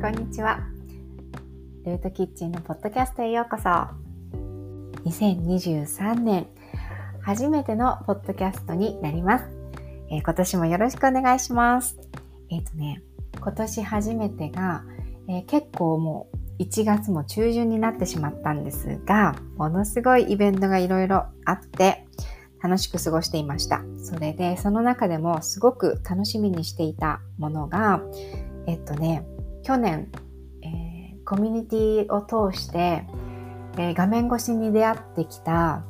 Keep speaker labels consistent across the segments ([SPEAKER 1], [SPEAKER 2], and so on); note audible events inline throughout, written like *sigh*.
[SPEAKER 1] こんにちは。ルートキッチンのポッドキャストへようこそ。2023年、初めてのポッドキャストになります。えー今年もよろしくお願いします。えっ、とね、今年初めてが、えー結構もう1月も中旬になってしまったんですが、ものすごいイベントがいろいろあって、楽しく過ごしていました。それで、その中でもすごく楽しみにしていたものが、えっとね、去年、えーコミュニティを通して、えー画面越しに出会ってきた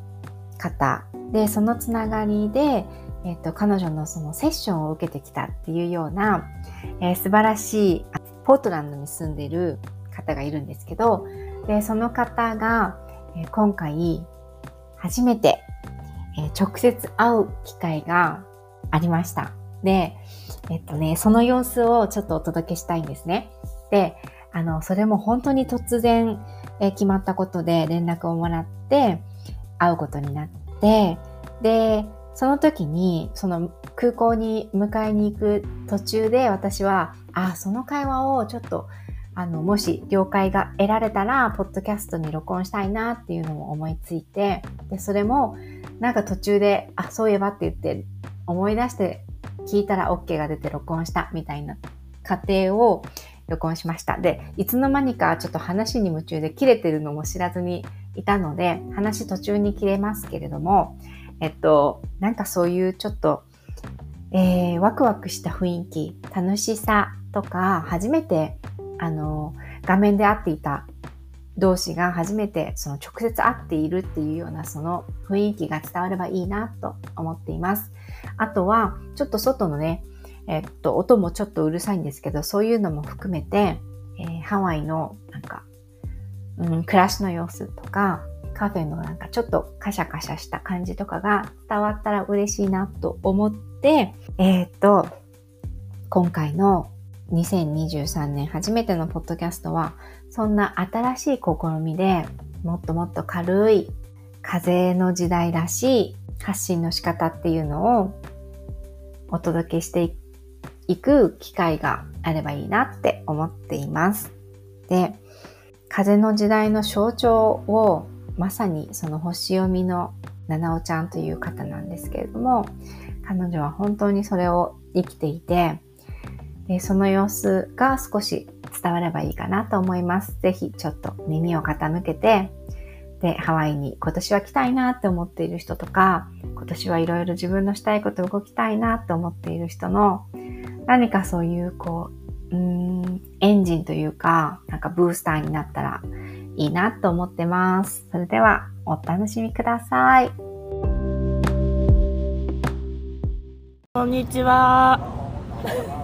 [SPEAKER 1] 方で、そのつながりで、えっと、彼女のそのセッションを受けてきたっていうような、えー素晴らしい、あポートランドに住んでいる方がいるんですけど、で、その方が、えー今回、初めてえー直接会う機会がありました。で、えっとね、その様子をちょっとお届けしたいんですね。で、あの、それも本当に突然、えー決まったことで連絡をもらって、会うことになって、で、その時に、その空港に迎えに行く途中で私は、あ、その会話をちょっと、あの、もし了解が得られたら、ポッドキャストに録音したいなっていうのも思いついて、で、それも、なんか途中で、あ、そういえばって言って、思い出して聞いたら OK が出て録音したみたいな過程を録音しました。で、いつの間にかちょっと話に夢中で切れてるのも知らずにいたので、話途中に切れますけれども、えっと、なんかそういうちょっと、えーワクワクした雰囲気、楽しさとか、初めて、あの、画面で会っていた同士が初めてその直接会っているっていうようなその雰囲気が伝わればいいなと思っています。あとはちょっと外のね、えっと音もちょっとうるさいんですけどそういうのも含めて、えーハワイのなんか、うん、暮らしの様子とかカフェのなんかちょっとカシャカシャした感じとかが伝わったら嬉しいなと思ってえーっと今回の2023年初めてのポッドキャストはそんな新しい試みでもっともっと軽い風の時代らしい発信の仕方っていうのをお届けしていく機会があればいいなって思っています。で、風の時代の象徴をまさにその星読みの七尾ちゃんという方なんですけれども、彼女は本当にそれを生きていて、でその様子が少し伝わればいいかなと思います。ぜひちょっと耳を傾けて、で、ハワイに今年は来たいなって思っている人とか、今年はいろいろ自分のしたいこと動きたいなって思っている人の、何かそういう、こう、うーん、エンジンというか、なんかブースターになったらいいなと思ってます。それでは、お楽しみください。
[SPEAKER 2] こんにちは。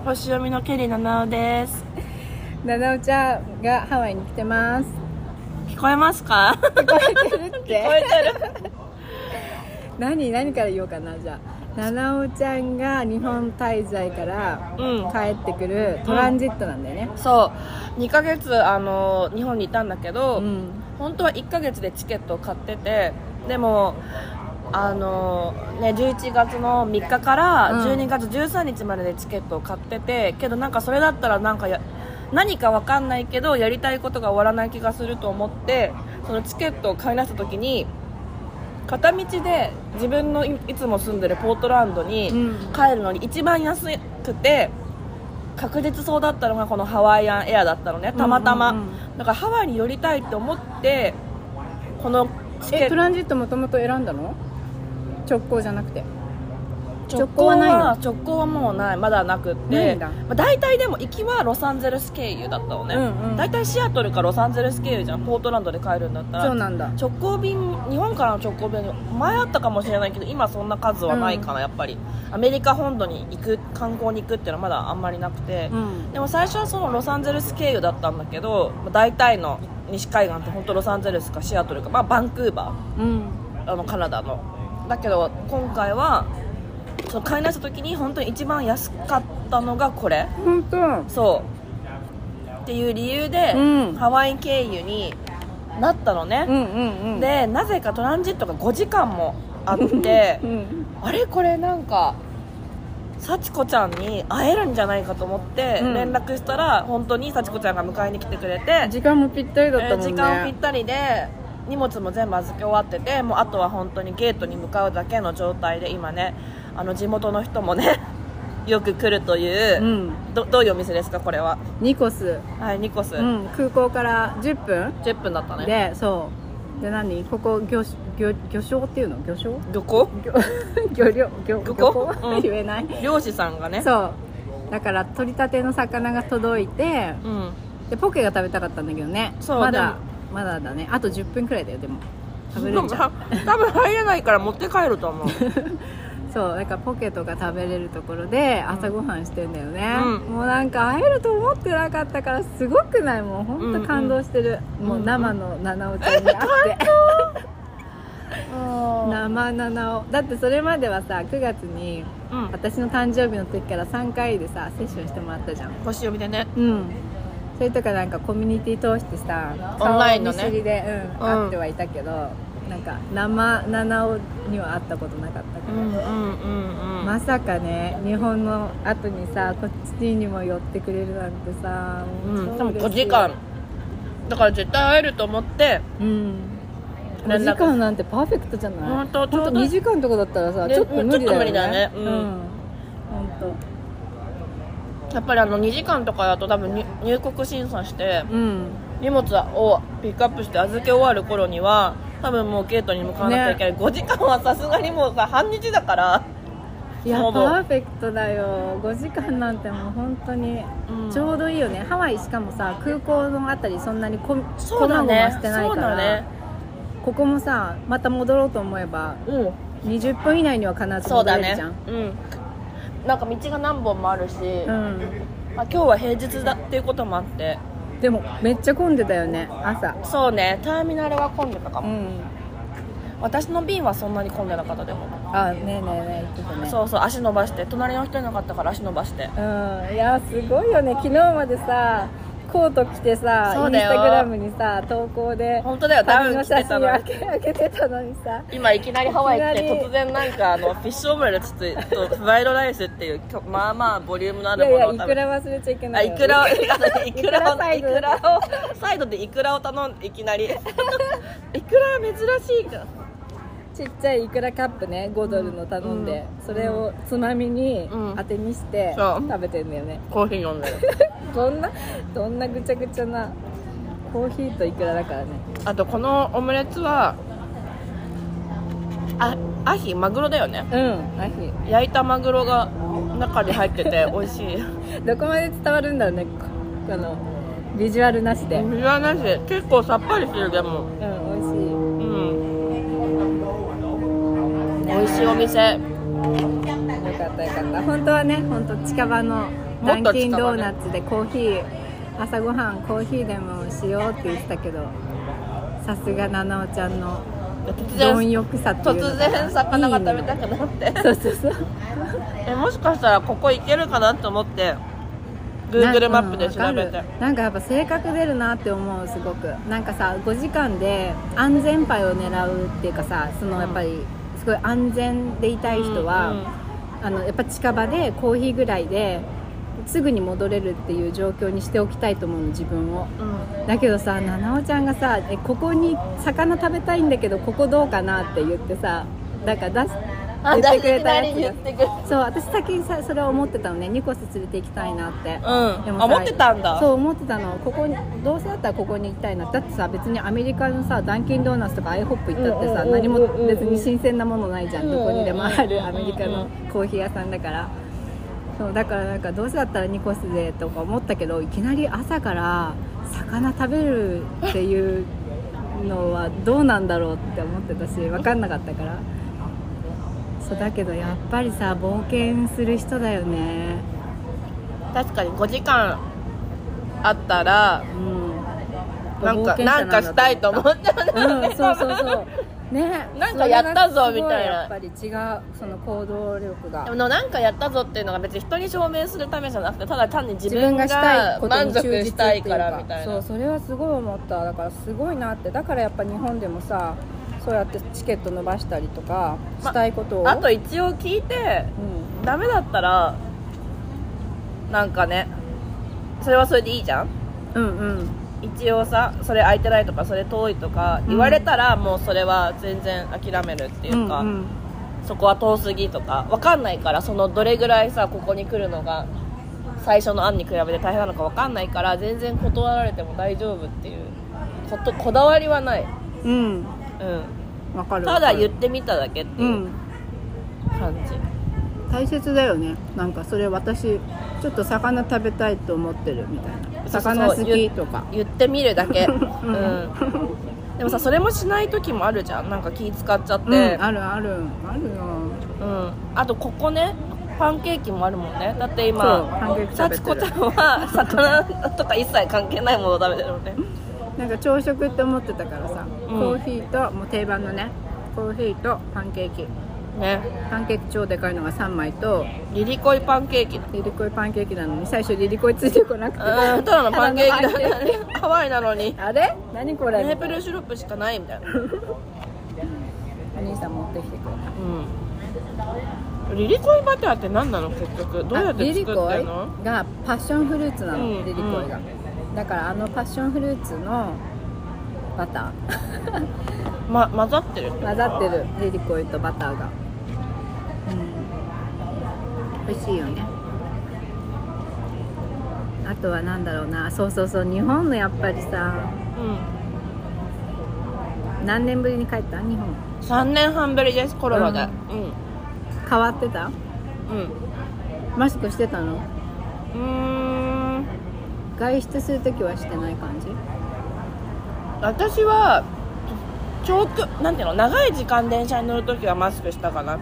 [SPEAKER 2] 星読みのケリー七尾です。
[SPEAKER 3] 七尾ちゃんがハワイに来てます。
[SPEAKER 2] 聞こえますか？ *laughs* 聞
[SPEAKER 3] 聞こえてるっ
[SPEAKER 2] こえ
[SPEAKER 3] て。
[SPEAKER 2] てる。
[SPEAKER 3] 何何から言おうかなじゃあ。七尾ちゃんが日本滞在から
[SPEAKER 2] うん
[SPEAKER 3] 帰ってくるトランジットなんだよね。
[SPEAKER 2] そう、2ヶ月あの日本にいたんだけど、
[SPEAKER 3] うん。
[SPEAKER 2] 本当は1ヶ月でチケットを買ってて、でもあのね11月の3日から
[SPEAKER 3] うん
[SPEAKER 2] 12月13日まででチケットを買ってて、けどなんかそれだったらなんかや何かわかんないけどやりたいことが終わらない気がすると思ってそのチケットを買い出した時に片道で自分のいいつも住んでるポートランドに
[SPEAKER 3] うん
[SPEAKER 2] 帰るのに一番安くて確実そうだったのがこのハワイアンエアだったのねたまたま、
[SPEAKER 3] うんうん
[SPEAKER 2] だからハワイに寄りたいと思ってこのチケ
[SPEAKER 3] え
[SPEAKER 2] ッ
[SPEAKER 3] ト
[SPEAKER 2] ト
[SPEAKER 3] ランジットもともと選んだの？直行じゃなくて。
[SPEAKER 2] 直
[SPEAKER 3] 直
[SPEAKER 2] 行
[SPEAKER 3] 行
[SPEAKER 2] は
[SPEAKER 3] は
[SPEAKER 2] な
[SPEAKER 3] ないいの
[SPEAKER 2] 直行はもうないまだなくっ
[SPEAKER 3] な
[SPEAKER 2] て
[SPEAKER 3] いんだ
[SPEAKER 2] まあ、大体でも行きはロサンゼルス経由だったのね、
[SPEAKER 3] うんうん
[SPEAKER 2] 大体シアトルかロサンゼルス経由じゃんポートランドで帰るんだった
[SPEAKER 3] そう
[SPEAKER 2] ら
[SPEAKER 3] なんだ。
[SPEAKER 2] 直行便日本からの直行便前あったかもしれないけど今そんな数はないかな、やっぱりアメリカ本土に行く観光に行くっていうのはまだあんまりなくて、
[SPEAKER 3] うん。
[SPEAKER 2] でも最初はそのロサンゼルス経由だったんだけどまあ大体の西海岸って本当ロサンゼルスかシアトルか、まあ、バンクーバー
[SPEAKER 3] うん。
[SPEAKER 2] あのカナダのだけど今回はその買い出した時に本当に一番安かったのがこれ
[SPEAKER 3] 本当。
[SPEAKER 2] そうっていう理由で、
[SPEAKER 3] うん
[SPEAKER 2] ハワイ経由になったの
[SPEAKER 3] う
[SPEAKER 2] ね、
[SPEAKER 3] んうんうん。。
[SPEAKER 2] でなぜかトランジットが5時間もあって
[SPEAKER 3] うん。
[SPEAKER 2] あれこれなんか幸子ちゃんに会えるんじゃないかと思って
[SPEAKER 3] うん
[SPEAKER 2] 連絡したら、本当に幸子ちゃんが迎えに来てくれて、
[SPEAKER 3] 時間もぴったりだっ
[SPEAKER 2] え
[SPEAKER 3] た
[SPEAKER 2] ー
[SPEAKER 3] もん
[SPEAKER 2] 時
[SPEAKER 3] ね、
[SPEAKER 2] 間ぴったりで荷物も全部預け終わっててもうあとは本当にゲートに向かうだけの状態で今ねあの地元の人もね *laughs* よく来るという、
[SPEAKER 3] うん
[SPEAKER 2] どどういうお店ですかこれは
[SPEAKER 3] ニコス、
[SPEAKER 2] はいニコス、
[SPEAKER 3] うん、空港から10分
[SPEAKER 2] 10分だったね
[SPEAKER 3] でそうで何ここ魚魚魚礁っていうの魚礁
[SPEAKER 2] 漁港
[SPEAKER 3] 魚 *laughs* 魚漁漁
[SPEAKER 2] 漁港
[SPEAKER 3] 漁港、
[SPEAKER 2] うん
[SPEAKER 3] *laughs* 言えない
[SPEAKER 2] 漁師さんがね
[SPEAKER 3] そうだから取りたての魚が届いて
[SPEAKER 2] うん
[SPEAKER 3] でポケが食べたかったんだけどね
[SPEAKER 2] そう
[SPEAKER 3] まだまだだねあと10分くらいだよでも食べれちゃう
[SPEAKER 2] 多分入れないから持って帰ると思
[SPEAKER 3] *laughs*
[SPEAKER 2] う
[SPEAKER 3] そうだからポケとか食べれるところで朝ごはんしてんだよね、
[SPEAKER 2] うん
[SPEAKER 3] もうなんか会えると思ってなかったからすごくないもうほんと感動してる、
[SPEAKER 2] うん
[SPEAKER 3] もう生の七尾ちゃんに会って、生七尾だってそれまではさ9月に
[SPEAKER 2] うん
[SPEAKER 3] 私の誕生日の時から3回でさセッションしてもらったじゃん
[SPEAKER 2] 星読みでね
[SPEAKER 3] うんそれとかなんかコミュニティ通してさ
[SPEAKER 2] オンラインのね
[SPEAKER 3] 顔見知りで、うん
[SPEAKER 2] うん
[SPEAKER 3] 会ってはいたけどなんか生七尾には会ったことなかった
[SPEAKER 2] う
[SPEAKER 3] から、
[SPEAKER 2] んうんうんうん
[SPEAKER 3] まさかね日本の後にさこっちにも寄ってくれるなんてさ
[SPEAKER 2] うん、でも
[SPEAKER 3] もう
[SPEAKER 2] 5時間だから絶対会えると思って
[SPEAKER 3] うん
[SPEAKER 2] 連
[SPEAKER 3] 5
[SPEAKER 2] 絡
[SPEAKER 3] 時間なんてパーフェクトじゃない
[SPEAKER 2] 本当ちょうど
[SPEAKER 3] 本当2時間とかだったらさ
[SPEAKER 2] ね
[SPEAKER 3] ちょっと無理だよね
[SPEAKER 2] ちょっと無理だねうん
[SPEAKER 3] 本当
[SPEAKER 2] やっぱりあの2時間とかだと多分に入国審査して
[SPEAKER 3] うん
[SPEAKER 2] 荷物をピックアップして預け終わる頃には多分もうゲートに向かわなきゃいけない、5時間はさすがにもうさ半日だから、
[SPEAKER 3] いや
[SPEAKER 2] ほ
[SPEAKER 3] パ
[SPEAKER 2] ぼ
[SPEAKER 3] ーフェクトだよ5時間なんてもう本当にちょうどいいよね、ハワイしかもさ空港のあたりそんなにこ
[SPEAKER 2] そうだ
[SPEAKER 3] こまごま
[SPEAKER 2] ね
[SPEAKER 3] してないから
[SPEAKER 2] そうだね
[SPEAKER 3] ここもさまた戻ろうと思えば
[SPEAKER 2] うん
[SPEAKER 3] 20分以内には必ず
[SPEAKER 2] そう
[SPEAKER 3] 戻
[SPEAKER 2] だ
[SPEAKER 3] れる
[SPEAKER 2] ね
[SPEAKER 3] じゃん
[SPEAKER 2] うんなんか道が何本もあるし、
[SPEAKER 3] う
[SPEAKER 2] まあ、今日は平日だっていうこともあって
[SPEAKER 3] ん、でもめっちゃ混んでたよね朝
[SPEAKER 2] そうねターミナルは混んでたか
[SPEAKER 3] う
[SPEAKER 2] も、
[SPEAKER 3] ん
[SPEAKER 2] 私の便はそんなに混んでなかったでも
[SPEAKER 3] あねえねえねえ言ってたね
[SPEAKER 2] そうそう足伸ばして隣の人いなかったから足伸ばして
[SPEAKER 3] うんいやすごいよね昨日までさコート着てさ
[SPEAKER 2] そう
[SPEAKER 3] イン
[SPEAKER 2] だ
[SPEAKER 3] ス
[SPEAKER 2] よ
[SPEAKER 3] タグラムにさ投稿で
[SPEAKER 2] 本
[SPEAKER 3] *laughs*
[SPEAKER 2] 当だよダ
[SPEAKER 3] 旅
[SPEAKER 2] ウン
[SPEAKER 3] の
[SPEAKER 2] 着
[SPEAKER 3] 写
[SPEAKER 2] てた
[SPEAKER 3] 真
[SPEAKER 2] の
[SPEAKER 3] 開け開けてたのにさ
[SPEAKER 2] 今いきなりハワイ来
[SPEAKER 3] いき
[SPEAKER 2] て
[SPEAKER 3] なり
[SPEAKER 2] 突然なんかあのフィッシュオムレツとフライドライスっていうきょまあまあボリュームのあ
[SPEAKER 3] い
[SPEAKER 2] る
[SPEAKER 3] や
[SPEAKER 2] も
[SPEAKER 3] い
[SPEAKER 2] のを食
[SPEAKER 3] やいく
[SPEAKER 2] べて
[SPEAKER 3] ら忘れちゃいけな
[SPEAKER 2] あ
[SPEAKER 3] い
[SPEAKER 2] いくらをいくら
[SPEAKER 3] いくら
[SPEAKER 2] *laughs*
[SPEAKER 3] サ
[SPEAKER 2] をい
[SPEAKER 3] イド
[SPEAKER 2] くらをサイドでいくらを頼んでいき
[SPEAKER 3] *laughs*
[SPEAKER 2] なりいくら珍しいから
[SPEAKER 3] ちっちゃいいくらカップね5ドルの頼んで、それをつまみに
[SPEAKER 2] うん
[SPEAKER 3] 当てにして
[SPEAKER 2] そう
[SPEAKER 3] 食べてんだよね、
[SPEAKER 2] コーヒー飲んでる
[SPEAKER 3] どんなどんなぐちゃぐちゃなコーヒーといくらだからね
[SPEAKER 2] あとこのオムレツはあアヒマグロだよね
[SPEAKER 3] うんアヒ
[SPEAKER 2] 焼いたマグロが中に入ってて美味しい
[SPEAKER 3] どこまで伝わるんだろうねここのビジュアルなしでうん
[SPEAKER 2] 身はなし結構さっぱりしてるでも
[SPEAKER 3] 美味
[SPEAKER 2] うん美味しいお店
[SPEAKER 3] しいよかったよかった本当はね本当近場の
[SPEAKER 2] もっと近場ね
[SPEAKER 3] ダンキンドーナツでコーヒー朝ごはんコーヒーでもしようって言ってたけどさすが七尾ちゃんの
[SPEAKER 2] 突
[SPEAKER 3] 貪
[SPEAKER 2] 然
[SPEAKER 3] 欲さっていうの
[SPEAKER 2] 突
[SPEAKER 3] かな
[SPEAKER 2] 然魚が食べたくなって
[SPEAKER 3] そうそうそう *laughs*
[SPEAKER 2] えもしかしたらここ行けるかなと思って Google マップで調べて
[SPEAKER 3] なんかうんなんかやっぱ性格出るなって思うすごくなんかさ5時間で安全牌を狙うっていうかさそのやっぱりすごい安全でいたい人は、
[SPEAKER 2] うんうん
[SPEAKER 3] あのやっぱ近場でコーヒーぐらいですぐに戻れるっていう状況にしておきたいと思うの自分を
[SPEAKER 2] うん
[SPEAKER 3] だけどさ七尾ちゃんがさえここに魚食べたいんだけどここどうかなって言ってさなんか出し
[SPEAKER 2] あ
[SPEAKER 3] 言ってくれた
[SPEAKER 2] いきなり言
[SPEAKER 3] や
[SPEAKER 2] っ
[SPEAKER 3] つ
[SPEAKER 2] てくれた
[SPEAKER 3] がそう私先にさそれは思ってたのねニコス連れて行きたいなってで
[SPEAKER 2] うん
[SPEAKER 3] もさ
[SPEAKER 2] あ持ってたんだ
[SPEAKER 3] そう思ってたのここにどうせだったらここに行きたいなだってさ別にアメリカのさダンキンドーナツとかアイホップ行ったってさ
[SPEAKER 2] うんうんうん
[SPEAKER 3] 何
[SPEAKER 2] うん
[SPEAKER 3] も別に新鮮なものないじゃ
[SPEAKER 2] うん
[SPEAKER 3] ん
[SPEAKER 2] うんう
[SPEAKER 3] ど
[SPEAKER 2] ん
[SPEAKER 3] こにでもあ
[SPEAKER 2] うんうんうん
[SPEAKER 3] るアメリカのコーヒー屋さんだからそうだからなんかどうせだったらニコスでとか思ったけどいきなり朝から魚食べるっていうのはどうなんだろうって思ってたし分かんなかったからそうだけどやっぱりさ冒険する人だよね
[SPEAKER 2] 確かに5時間あったら
[SPEAKER 3] うん
[SPEAKER 2] なんかなんかしたいと思って
[SPEAKER 3] うん、そうそ
[SPEAKER 2] *laughs*
[SPEAKER 3] うそう。ね、
[SPEAKER 2] なんかやったぞ
[SPEAKER 3] それがすご
[SPEAKER 2] みたいな
[SPEAKER 3] やっぱり違う、その行動力
[SPEAKER 2] で
[SPEAKER 3] が。
[SPEAKER 2] もなんかやったぞっていうのが別に人に証明するためじゃなくてただ単に自
[SPEAKER 3] 自
[SPEAKER 2] 分
[SPEAKER 3] 分がした
[SPEAKER 2] が
[SPEAKER 3] いこと
[SPEAKER 2] 満
[SPEAKER 3] に
[SPEAKER 2] 足
[SPEAKER 3] 忠実ってい
[SPEAKER 2] し
[SPEAKER 3] う
[SPEAKER 2] たいからみたい
[SPEAKER 3] そ
[SPEAKER 2] な
[SPEAKER 3] う、それはすごい思った。だからすごいなって。だからやっぱ日本でもさ、そうやってチケット伸ばしたりとかしたいことを、
[SPEAKER 2] あと一応聞いて
[SPEAKER 3] うん
[SPEAKER 2] ダメだったらなんかねそれはそれでいいじゃん
[SPEAKER 3] うんうん
[SPEAKER 2] 一応さそれ空いてないとかそれ遠いとか言われたら、もうそれは全然諦めるっていうか、
[SPEAKER 3] うんうん
[SPEAKER 2] そこは遠すぎとかわかんないからそのどれぐらいさここに来るのが最初の案に比べて大変なのかわかんないから全然断られても大丈夫っていうことこだわりはない、
[SPEAKER 3] うん
[SPEAKER 2] うん、
[SPEAKER 3] わかる
[SPEAKER 2] ただ言っ
[SPEAKER 3] う
[SPEAKER 2] てみただけって
[SPEAKER 3] う
[SPEAKER 2] いうん感じ、
[SPEAKER 3] 大切だよねなんかそれ私ちょっと魚食べたいと思ってるみたいな
[SPEAKER 2] そうそう
[SPEAKER 3] 魚好きとか
[SPEAKER 2] 言ってみるだ
[SPEAKER 3] *laughs*
[SPEAKER 2] け、うんん、でもさそれもしない時もあるじゃんなんか気使っちゃって、
[SPEAKER 3] うん、あるあるあるよ
[SPEAKER 2] うん、あとここねパンケーキもあるもんねだって
[SPEAKER 3] そう
[SPEAKER 2] 今
[SPEAKER 3] パンケーキ食
[SPEAKER 2] 幸
[SPEAKER 3] べて
[SPEAKER 2] 子
[SPEAKER 3] る
[SPEAKER 2] ちゃんは魚とか一切関係ないものを食べてるのね
[SPEAKER 3] なんか朝食って思ってたからさ、
[SPEAKER 2] ん
[SPEAKER 3] コーヒーともう定番のねコーヒーとパンケーキ
[SPEAKER 2] ね
[SPEAKER 3] パンケーキ超でかいのが3枚と
[SPEAKER 2] リリコイパンケーキ
[SPEAKER 3] リリコイパンケーキなのに最初リリコイついてこなくて
[SPEAKER 2] うんただのパンケーキ
[SPEAKER 3] ただの
[SPEAKER 2] だ
[SPEAKER 3] パン
[SPEAKER 2] ねハワイなのに
[SPEAKER 3] あれ何こ
[SPEAKER 2] メ
[SPEAKER 3] れ
[SPEAKER 2] ープルシロップしかないみたいなう
[SPEAKER 3] お兄さん持ってきてくれた
[SPEAKER 2] んリリコイバターって何なの結局どうやっ
[SPEAKER 3] あリ
[SPEAKER 2] て
[SPEAKER 3] リ
[SPEAKER 2] 作
[SPEAKER 3] コイ
[SPEAKER 2] ってんの
[SPEAKER 3] がパッションフルーツなの、
[SPEAKER 2] うん
[SPEAKER 3] リリコイがだからあのパッションフルーツのバタ
[SPEAKER 2] ま混ざってる
[SPEAKER 3] ー混ざってるリリコイとバターが、うん、美味しいよねあとは何だろうなそうそうそう日本のやっぱりさ
[SPEAKER 2] うん
[SPEAKER 3] 何年ぶりに帰った日本
[SPEAKER 2] 3年半ぶりですコロナで
[SPEAKER 3] 変わってた
[SPEAKER 2] うんうん
[SPEAKER 3] マスクしてたの
[SPEAKER 2] うーん
[SPEAKER 3] 外出するときはしてない感じ
[SPEAKER 2] 私は長距なんていうの長い時間電車に乗るときはマスクしたかな
[SPEAKER 3] うん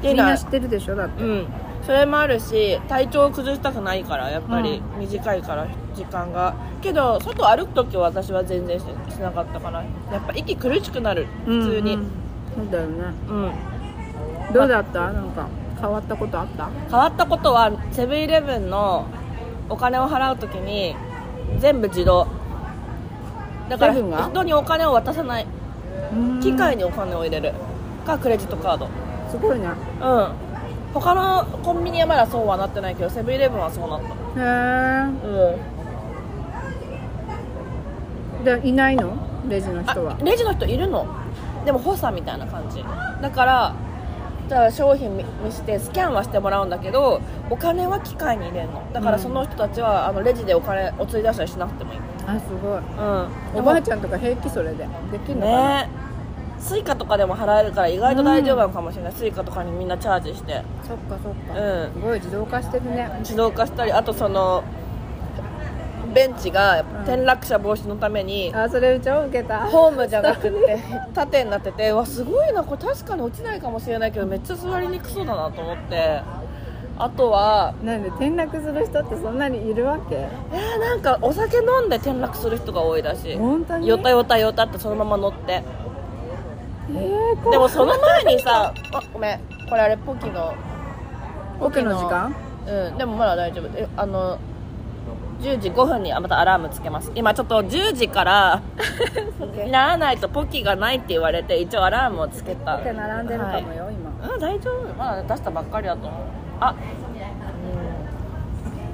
[SPEAKER 2] で
[SPEAKER 3] みんな
[SPEAKER 2] な
[SPEAKER 3] 知ってるでしょだって
[SPEAKER 2] うんそれもあるし体調を崩したくないからやっぱり短いから時間がけど外歩く時は私は全然ししなかったからやっぱ息苦しくなる普通に
[SPEAKER 3] うんうんそうだよね
[SPEAKER 2] うん
[SPEAKER 3] どうだったなんか変わったことあった
[SPEAKER 2] 変わったことはセブンイレブンのお金を払う時に全部自動だから
[SPEAKER 3] セブンが
[SPEAKER 2] 人にお金を渡さない機械にお金を入れるかクレジットカード
[SPEAKER 3] すごいね
[SPEAKER 2] うん他のコンビニはまだそうはなってないけどセブンイレブンはそうなった
[SPEAKER 3] へ
[SPEAKER 2] うん
[SPEAKER 3] えでいないのレジの人は
[SPEAKER 2] あレジの人いるのでも補佐みたいな感じだからじゃあ商品見見してスキャンはしてもらうんだけどお金は機械に入れるのだからその人たちは、あのレジでお金お釣り出したりしなくてもいい
[SPEAKER 3] あすごい
[SPEAKER 2] うん
[SPEAKER 3] おばあ
[SPEAKER 2] ゃ
[SPEAKER 3] ちゃんとか平気それででき
[SPEAKER 2] ん
[SPEAKER 3] るのかな、
[SPEAKER 2] ねスイカとかでも払えるから意外と大丈夫なのかもしれない、スイカとかにみんなチャージして
[SPEAKER 3] そっかそっか、
[SPEAKER 2] うん
[SPEAKER 3] すごい自動化してるね
[SPEAKER 2] 自動化したりあとそのベンチが転落者防止のために、
[SPEAKER 3] あそれ超ウケた
[SPEAKER 2] ホームじゃなくて縦になっててうわすごいなこれ確かに落ちないかもしれないけどめっちゃ座りにくそうだなと思ってあとは
[SPEAKER 3] なんで転落する人ってそんなにいるわけ
[SPEAKER 2] えーなんかお酒飲んで転落する人が多いらしい
[SPEAKER 3] 本当に
[SPEAKER 2] よたよたよたってそのまま乗って
[SPEAKER 3] えー、こ
[SPEAKER 2] でもその前にさあごめんこれあれポキの
[SPEAKER 3] オケの時間
[SPEAKER 2] うんでもまだ大丈夫えあの10時5分にあまたアラームつけます今ちょっと10時から *laughs* ならないとポキがないって言われて一応アラームをつけた
[SPEAKER 3] オケ並んでるかもよ、今
[SPEAKER 2] うん大丈夫まだ出したばっかりだと思うあ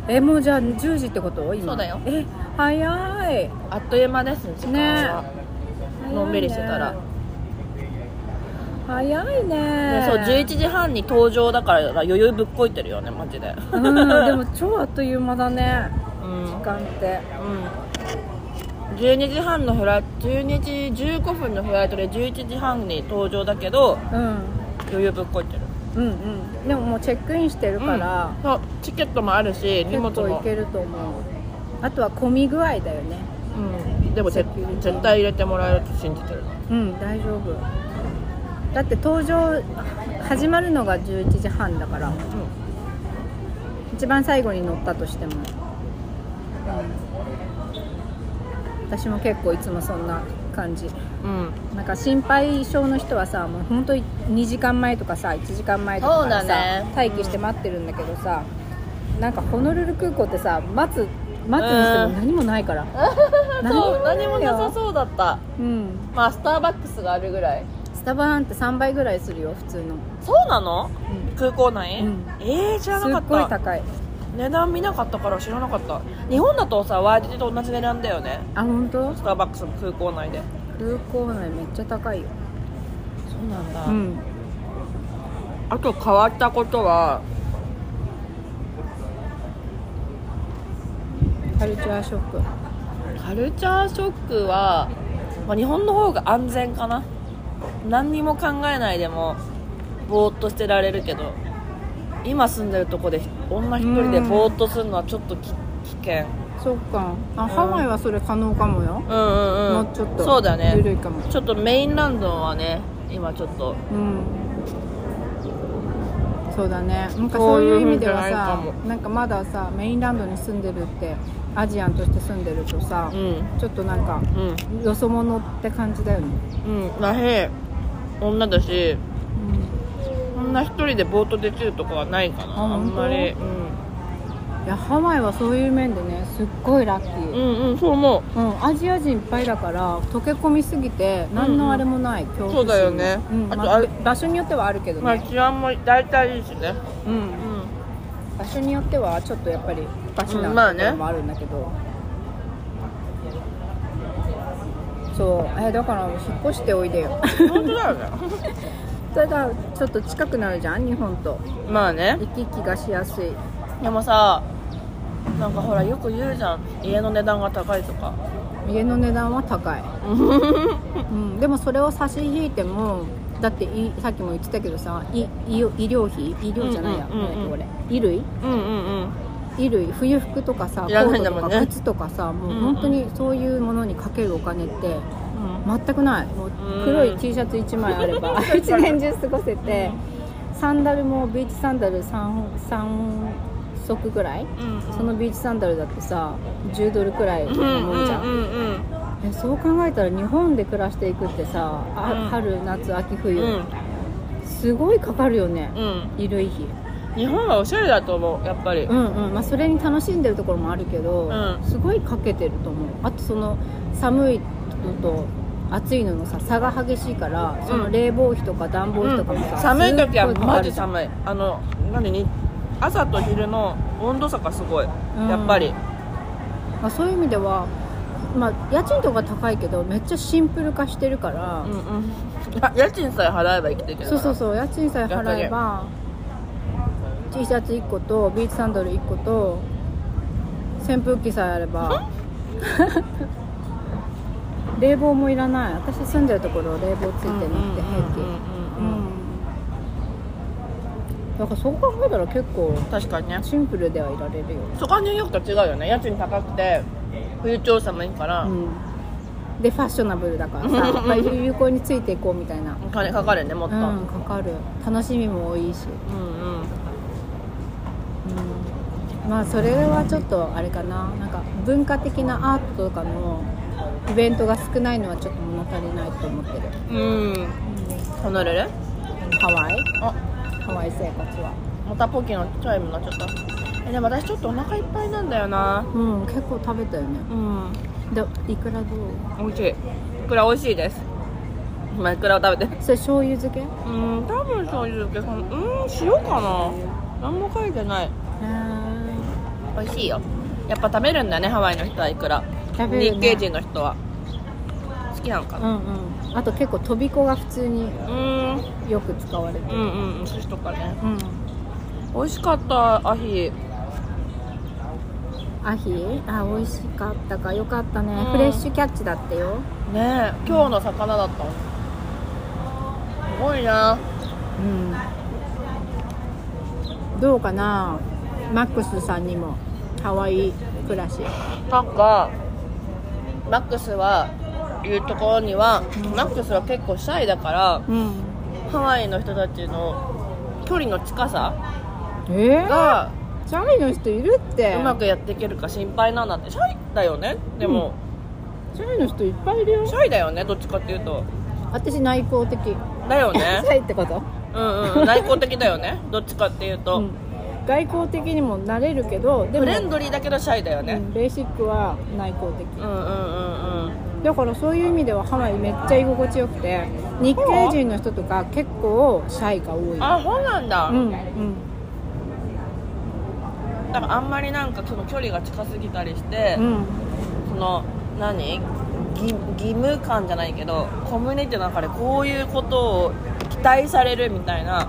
[SPEAKER 2] うん
[SPEAKER 3] えもうじゃあ10時ってこと今
[SPEAKER 2] そうだよ
[SPEAKER 3] え早い
[SPEAKER 2] あっという間です時間は、のんびりしてたら
[SPEAKER 3] 早いね
[SPEAKER 2] ねそう11時半に登場だから余裕ぶっこいてるよねマジで
[SPEAKER 3] うんでも超あっという間だね
[SPEAKER 2] うん、う
[SPEAKER 3] 時
[SPEAKER 2] ん、
[SPEAKER 3] 間って
[SPEAKER 2] 12時半のフライ12時15分のフライトで11時半に登場だけど
[SPEAKER 3] うん
[SPEAKER 2] 余裕ぶっこいてる
[SPEAKER 3] うんうんでももうチェックインしてるから、
[SPEAKER 2] そうチケットもあるし荷
[SPEAKER 3] 結
[SPEAKER 2] 物
[SPEAKER 3] 構い
[SPEAKER 2] も
[SPEAKER 3] けると思うあとは混み具合だよね
[SPEAKER 2] うんでもぜ絶対入れてもらえると信じてる
[SPEAKER 3] うん大丈夫だって登場始まるのが11時半だから
[SPEAKER 2] う
[SPEAKER 3] 一番最後に乗ったとしても、うん私も結構いつもそんな感じ
[SPEAKER 2] んうん
[SPEAKER 3] なんか心配性の人はさもう本当に2時間前とかさ1時間前と
[SPEAKER 2] そう
[SPEAKER 3] か
[SPEAKER 2] だ
[SPEAKER 3] さ、
[SPEAKER 2] ね
[SPEAKER 3] 待機して待ってるんだけどさ、なんかホノルル空港ってさ待つ待つにしても何もないから
[SPEAKER 2] *laughs* そう
[SPEAKER 3] ない
[SPEAKER 2] 何もなさそうだった
[SPEAKER 3] うん
[SPEAKER 2] まあスターバックスがあるぐらい
[SPEAKER 3] スタバなんて3倍ぐらいするよ普通の、
[SPEAKER 2] そうなの
[SPEAKER 3] う
[SPEAKER 2] 空港内、
[SPEAKER 3] うん
[SPEAKER 2] えー、知ら
[SPEAKER 3] ん、す
[SPEAKER 2] な
[SPEAKER 3] っ
[SPEAKER 2] か
[SPEAKER 3] ごい
[SPEAKER 2] った
[SPEAKER 3] 高い
[SPEAKER 2] 値段見なかったから知らなかった日本だとさ YTT と同じ値段だよね
[SPEAKER 3] あ本当
[SPEAKER 2] スターバックスの空港内で
[SPEAKER 3] 空港内めっちゃ高いよ
[SPEAKER 2] そうなんだ、
[SPEAKER 3] うん
[SPEAKER 2] あと変わったことは
[SPEAKER 3] カルチャーショック
[SPEAKER 2] カルチャーショックは、まあ、日本の方が安全かな何にも考えないでもぼーっとしてられるけど今住んでるとこで女一人でぼーっとするのはちょっとき危険
[SPEAKER 3] そっかあハワイはそれ可能かもよ、
[SPEAKER 2] うんうんうん
[SPEAKER 3] もうちょっと
[SPEAKER 2] そうだね
[SPEAKER 3] 緩いかも
[SPEAKER 2] ちょっとメインランドはね今ちょっと
[SPEAKER 3] うんそうだねなんかそういう意味では
[SPEAKER 2] そういう風
[SPEAKER 3] さ
[SPEAKER 2] じゃないか
[SPEAKER 3] なんかまださメインランドに住んでるってアジアンとして住んでるとさ、
[SPEAKER 2] うん
[SPEAKER 3] ちょっとなんか
[SPEAKER 2] うん
[SPEAKER 3] よそ者って感じだよね、
[SPEAKER 2] うんだし女だしこんな一人でぼーっとできるとこはないかな
[SPEAKER 3] あ
[SPEAKER 2] あんまり、うん、
[SPEAKER 3] いやハワイはそういう面でねすっごいラッキー、
[SPEAKER 2] うんうんそう思
[SPEAKER 3] うん、アジア人いっぱいだから溶け込みすぎて何のあれもない、恐怖心
[SPEAKER 2] そうだよね
[SPEAKER 3] うん
[SPEAKER 2] あと
[SPEAKER 3] まあ
[SPEAKER 2] あれ
[SPEAKER 3] 場所によってはあるけど
[SPEAKER 2] う
[SPEAKER 3] ね、
[SPEAKER 2] まあ治安も大体いいしね
[SPEAKER 3] うん
[SPEAKER 2] う、ん
[SPEAKER 3] 場所によってはちょっとやっぱりおかし
[SPEAKER 2] うんま
[SPEAKER 3] な
[SPEAKER 2] あ
[SPEAKER 3] と
[SPEAKER 2] ね
[SPEAKER 3] ころもあるんだけど、そうえだから引っ越しておいでよ *laughs*
[SPEAKER 2] 本当だよね
[SPEAKER 3] ただちょっと近くなるじゃん日本と
[SPEAKER 2] まあね
[SPEAKER 3] 行き来がしやすい
[SPEAKER 2] でもさなんかほらよく言うじゃん家の値段が高いとか
[SPEAKER 3] 家の値段は
[SPEAKER 2] *laughs*
[SPEAKER 3] 高い、うん、でもそれを差し引いてもだっていさっきも言ってたけどさい医医療費医療じゃないや、
[SPEAKER 2] うんうんうんうん
[SPEAKER 3] なんだっけこれ衣類
[SPEAKER 2] うんうんうん
[SPEAKER 3] 衣類冬服とかさ
[SPEAKER 2] いらないん
[SPEAKER 3] コ
[SPEAKER 2] だ
[SPEAKER 3] ー
[SPEAKER 2] も
[SPEAKER 3] トと
[SPEAKER 2] んね
[SPEAKER 3] か靴とかさもううん
[SPEAKER 2] うん
[SPEAKER 3] 本当にそういうものにかけるお金って
[SPEAKER 2] うん
[SPEAKER 3] 全くないもう
[SPEAKER 2] うん
[SPEAKER 3] 黒い T シャツ1枚あ
[SPEAKER 2] *laughs*
[SPEAKER 3] れば一年中過ごせてサンダルもビーチサンダル 3, 三足ぐらい
[SPEAKER 2] うんうん
[SPEAKER 3] そのビーチサンダルだってさ10ドルくらい
[SPEAKER 2] うん
[SPEAKER 3] のもんじゃん,、
[SPEAKER 2] うんうん
[SPEAKER 3] えそう考えたら日本で暮らしていくってさ、あ
[SPEAKER 2] うん
[SPEAKER 3] 春夏秋
[SPEAKER 2] うん
[SPEAKER 3] 冬、
[SPEAKER 2] うん
[SPEAKER 3] すごいかかるよね
[SPEAKER 2] うん
[SPEAKER 3] 衣類費
[SPEAKER 2] 日本はおしゃれだと思うやっぱり
[SPEAKER 3] うんうんまあ、それに楽しんでるところもあるけど、
[SPEAKER 2] うん
[SPEAKER 3] すごいかけてると思うあとその寒いのと暑いののさ差が激しいからその冷房費とか暖房費とかもさ、
[SPEAKER 2] 寒い時はマジ
[SPEAKER 3] い
[SPEAKER 2] 寒いあの何に朝と昼の温度差がすごい
[SPEAKER 3] うん
[SPEAKER 2] やっぱり
[SPEAKER 3] まあ、そういう意味では、まあ、家賃とか高いけどめっちゃシンプル化してるから、
[SPEAKER 2] うんうんあ家賃さえ払えば生きていけるか
[SPEAKER 3] そう
[SPEAKER 2] ら
[SPEAKER 3] そうそう家賃さえ払えば T シャツ1個とビーチサンダル1個と扇風機さえあれば *laughs* 冷房もいらない私住んでるところ冷房ついて
[SPEAKER 2] うんう
[SPEAKER 3] なく
[SPEAKER 2] ん
[SPEAKER 3] て平
[SPEAKER 2] う
[SPEAKER 3] 気
[SPEAKER 2] ん
[SPEAKER 3] う
[SPEAKER 2] うんうん
[SPEAKER 3] んだからそう考えたら結構
[SPEAKER 2] 確かにね
[SPEAKER 3] シンプルではいられるよ、
[SPEAKER 2] そこはニューヨークと違うよね家賃高くて冬調査もいいから、
[SPEAKER 3] うん、でファッショナブルだ
[SPEAKER 2] *laughs*
[SPEAKER 3] からさやっぱり流行についていこうみたいな、
[SPEAKER 2] お金かかるねも
[SPEAKER 3] う
[SPEAKER 2] っ
[SPEAKER 3] ん、
[SPEAKER 2] と、
[SPEAKER 3] かかる楽しみも多いし
[SPEAKER 2] うんうん
[SPEAKER 3] うんまあそれはちょっとあれかななんか文化的なアートとかのイベントが少ないのはちょっと物足りないと思ってる、
[SPEAKER 2] うん離れる
[SPEAKER 3] ハワイ
[SPEAKER 2] あ
[SPEAKER 3] ハワイ生活は
[SPEAKER 2] またポキのチャイムになっちゃったえでも私ちょっとお腹いっぱいなんだよな
[SPEAKER 3] うん結構食べたよね
[SPEAKER 2] うん
[SPEAKER 3] でいくらどう
[SPEAKER 2] 美味しいいくら美味しいですまあいくらを食べて
[SPEAKER 3] それ醤油漬けへ
[SPEAKER 2] うん多分醤油漬けそのうん塩かな何も書いてない
[SPEAKER 3] え
[SPEAKER 2] 美味しいよやっぱ食べるんだねハワイの人はいくら
[SPEAKER 3] 食べる
[SPEAKER 2] 日
[SPEAKER 3] ね
[SPEAKER 2] 系人の人は好きなのか
[SPEAKER 3] う
[SPEAKER 2] なん
[SPEAKER 3] うんあと結構とびこが普通に
[SPEAKER 2] うん
[SPEAKER 3] よく使われて
[SPEAKER 2] う
[SPEAKER 3] る
[SPEAKER 2] んうんうん寿司とかね
[SPEAKER 3] うん
[SPEAKER 2] 美味しかったアヒ
[SPEAKER 3] アヒあ美味しかったかよかったね、
[SPEAKER 2] うん
[SPEAKER 3] フレッシュキャッチだったよ
[SPEAKER 2] ねえ今日の魚だったのすごいな
[SPEAKER 3] うんどうかなマックスさんにも可愛い暮らし
[SPEAKER 2] なんかマックスはいうところには、マックスは結構シャイだから
[SPEAKER 3] うん
[SPEAKER 2] ハワイの人たちの距離の近さ
[SPEAKER 3] えー、
[SPEAKER 2] が
[SPEAKER 3] チャイの人いるって
[SPEAKER 2] うまくやっていけるか心配なんだってシャイだよねでも、
[SPEAKER 3] チャイの人いっぱいいるよ
[SPEAKER 2] シャイだよねどっちかっていうと
[SPEAKER 3] 私内向的チ
[SPEAKER 2] だよね *laughs*
[SPEAKER 3] ャイってこと
[SPEAKER 2] うんうん内向的だよねどっちかっていうと、
[SPEAKER 3] うん外交的にもなれるけどで
[SPEAKER 2] フ
[SPEAKER 3] も
[SPEAKER 2] レンドリーだけどシャイだよ
[SPEAKER 3] う
[SPEAKER 2] ね、
[SPEAKER 3] んベーシックは内向的
[SPEAKER 2] うん、うんうんうん
[SPEAKER 3] だからそういう意味ではハワイめっちゃ居心地よくて日系人の人とか結構シャイが多い
[SPEAKER 2] あそうなんだ、
[SPEAKER 3] うんうん
[SPEAKER 2] だからあんまりなんかその距離が近すぎたりして、
[SPEAKER 3] うん
[SPEAKER 2] その何義義務感じゃないけどコミュニティの中でこういうことを期待されるみたいな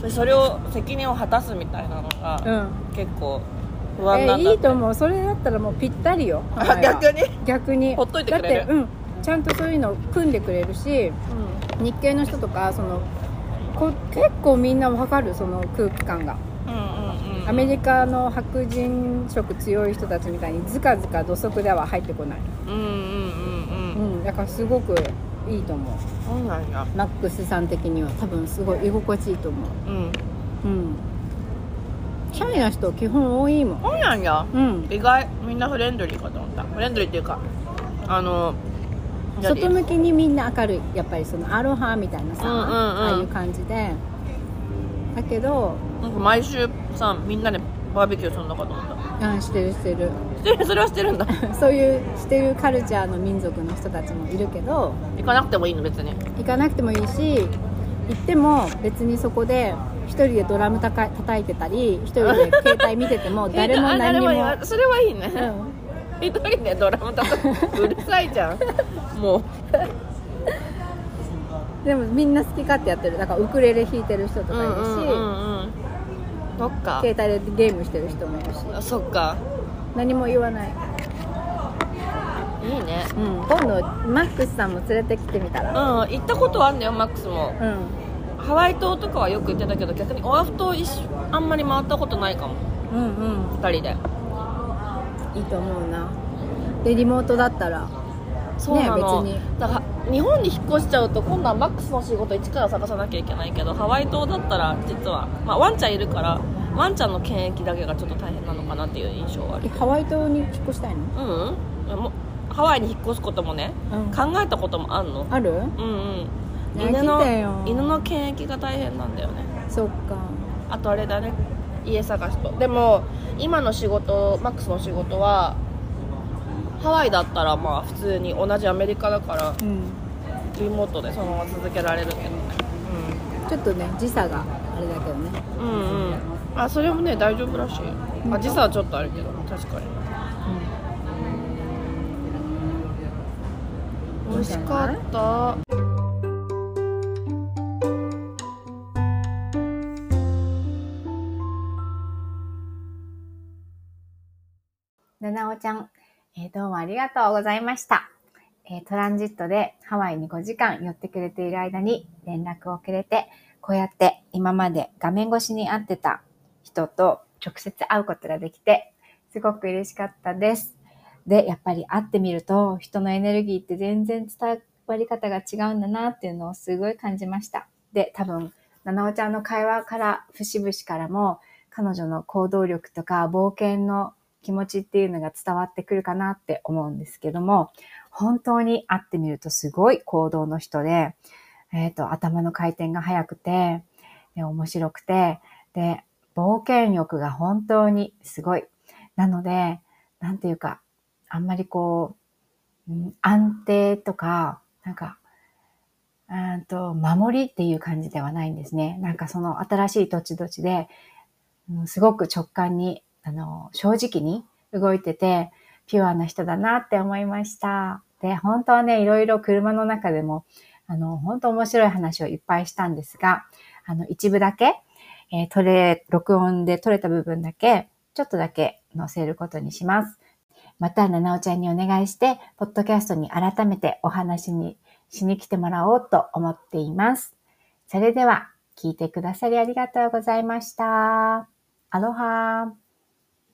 [SPEAKER 2] そそれを責任を果たすみたいなの
[SPEAKER 3] う
[SPEAKER 2] が
[SPEAKER 3] ん
[SPEAKER 2] 結構不安
[SPEAKER 3] え
[SPEAKER 2] なんだ
[SPEAKER 3] いい
[SPEAKER 2] って、
[SPEAKER 3] と思うそれだったらもうぴったりよハワイは
[SPEAKER 2] 逆に、
[SPEAKER 3] 逆に
[SPEAKER 2] ほっといてくれる
[SPEAKER 3] だってうんちゃんとそういうのを組んでくれるし日系の人とかそのこ結構みんなわかるその空気感が
[SPEAKER 2] うんうんうん
[SPEAKER 3] アメリカの白人色強い人たちみたいにずかずか土足では入ってこない、
[SPEAKER 2] うんうんうんう
[SPEAKER 3] う
[SPEAKER 2] ん
[SPEAKER 3] ん、だからすごくいいと思
[SPEAKER 2] そうなんや
[SPEAKER 3] うマックスさん的には多分すごい居心地いいと思う
[SPEAKER 2] うん
[SPEAKER 3] うんシャイな人基本多いもん
[SPEAKER 2] そうなんや
[SPEAKER 3] うん
[SPEAKER 2] 意外みんなフレンドリーかと思ったフレンドリーっていうかあの
[SPEAKER 3] 外向きにみんな明るいやっぱりそのアロハみたいなさ、
[SPEAKER 2] うんうんうん
[SPEAKER 3] ああいう感じでだけど
[SPEAKER 2] なんか毎週さみんなでバーベキューするのかと思っ
[SPEAKER 3] あしてるしてる
[SPEAKER 2] たし
[SPEAKER 3] *laughs*
[SPEAKER 2] てるそれはしてるんだ
[SPEAKER 3] そういうしてるカルチャーの民族の人たちもいるけど
[SPEAKER 2] 行かなくてもいいの別に
[SPEAKER 3] 行かなくてもいいし行っても別にそこで一人でドラムたか叩いてたり一人で携帯見て
[SPEAKER 2] *laughs*
[SPEAKER 3] ても誰も何にも
[SPEAKER 2] えあ誰言わそれはいいね、
[SPEAKER 3] うん
[SPEAKER 2] 一人でドラム
[SPEAKER 3] *laughs*
[SPEAKER 2] 叩くうるさいじゃんもう
[SPEAKER 3] でもみんな好き勝手やってるだからウクレレ弾いてる人とかいるし、
[SPEAKER 2] んうんそっか
[SPEAKER 3] 携帯でゲームしてる人もいるし
[SPEAKER 2] そっか
[SPEAKER 3] 何も言わない、
[SPEAKER 2] いいね
[SPEAKER 3] うん、今度マックスさんも連れてきてみた
[SPEAKER 2] うん
[SPEAKER 3] ら
[SPEAKER 2] 行ったことはあんだよマックスも
[SPEAKER 3] うん
[SPEAKER 2] ハワイ島とかはよく行ってたけど逆にオアフ島一緒あんまり回ったことないかも
[SPEAKER 3] うんうん
[SPEAKER 2] 2人で
[SPEAKER 3] いいと思うなでリモートだったら
[SPEAKER 2] そうなの、
[SPEAKER 3] ね別
[SPEAKER 2] だから日本に引っ越しちゃうと今度はマックスの仕事一から探さなきゃいけないけどハワイ島だったら実は、まあ、ワンちゃんいるからワンちゃんの検疫だけがちょっと大変なのかなっていう印象はあ
[SPEAKER 3] え
[SPEAKER 2] る
[SPEAKER 3] ハワイ島に引っ越したいの
[SPEAKER 2] うん、うん、もうハワイに引っ越すこともね
[SPEAKER 3] うん
[SPEAKER 2] 考えたこともあんの
[SPEAKER 3] ある
[SPEAKER 2] うんうん
[SPEAKER 3] ね
[SPEAKER 2] 犬
[SPEAKER 3] 来てよ
[SPEAKER 2] の犬の検疫が大変なんだよね
[SPEAKER 3] そっか
[SPEAKER 2] あとあれだね家探しとでも今の仕事マックスの仕事はハワイだったらまあ普通に同じアメリカだから
[SPEAKER 3] うん
[SPEAKER 2] リモートでそのまま続けられるけどね
[SPEAKER 3] ちょっとね時差があれだけどね
[SPEAKER 2] うんうんうんあそれもね大丈夫らしいあ時差はちょっとあるけど確かに美味しかった
[SPEAKER 1] ななおちゃん、えーどうもありがとうございました、えートランジットでハワイに5時間寄ってくれている間に連絡をくれて、こうやって今まで画面越しに会ってた人と直接会うことができて、すごく嬉しかったです。で、やっぱり会ってみると、人のエネルギーって全然伝わり方が違うんだなっていうのをすごい感じました。で、多分、ななおちゃんの会話から、節々からも、彼女の行動力とか冒険の気持ちっていうのが伝わってくるかなって思うんですけども、本当に会ってみるとすごい行動の人で、えっ、と、頭の回転が速くて、で面白くて、で、冒険欲が本当にすごい。なので、なんていうか、あんまりこう、うん安定とか、なんか、うーんと、守りっていう感じではないんですね。なんかその新しい土地土地で、うんすごく直感に、あの、正直に動いてて、ピュアな人だなって思いました。で、本当はね、いろいろ車の中でも、あの、本当面白い話をいっぱいしたんですが、あの、一部だけ、えー、撮れ、録音で撮れた部分だけ、ちょっとだけ載せることにします。また、ななおちゃんにお願いして、ポッドキャストに改めてお話にしに来てもらおうと思っています。それでは、聞いてくださりありがとうございました。アロハー。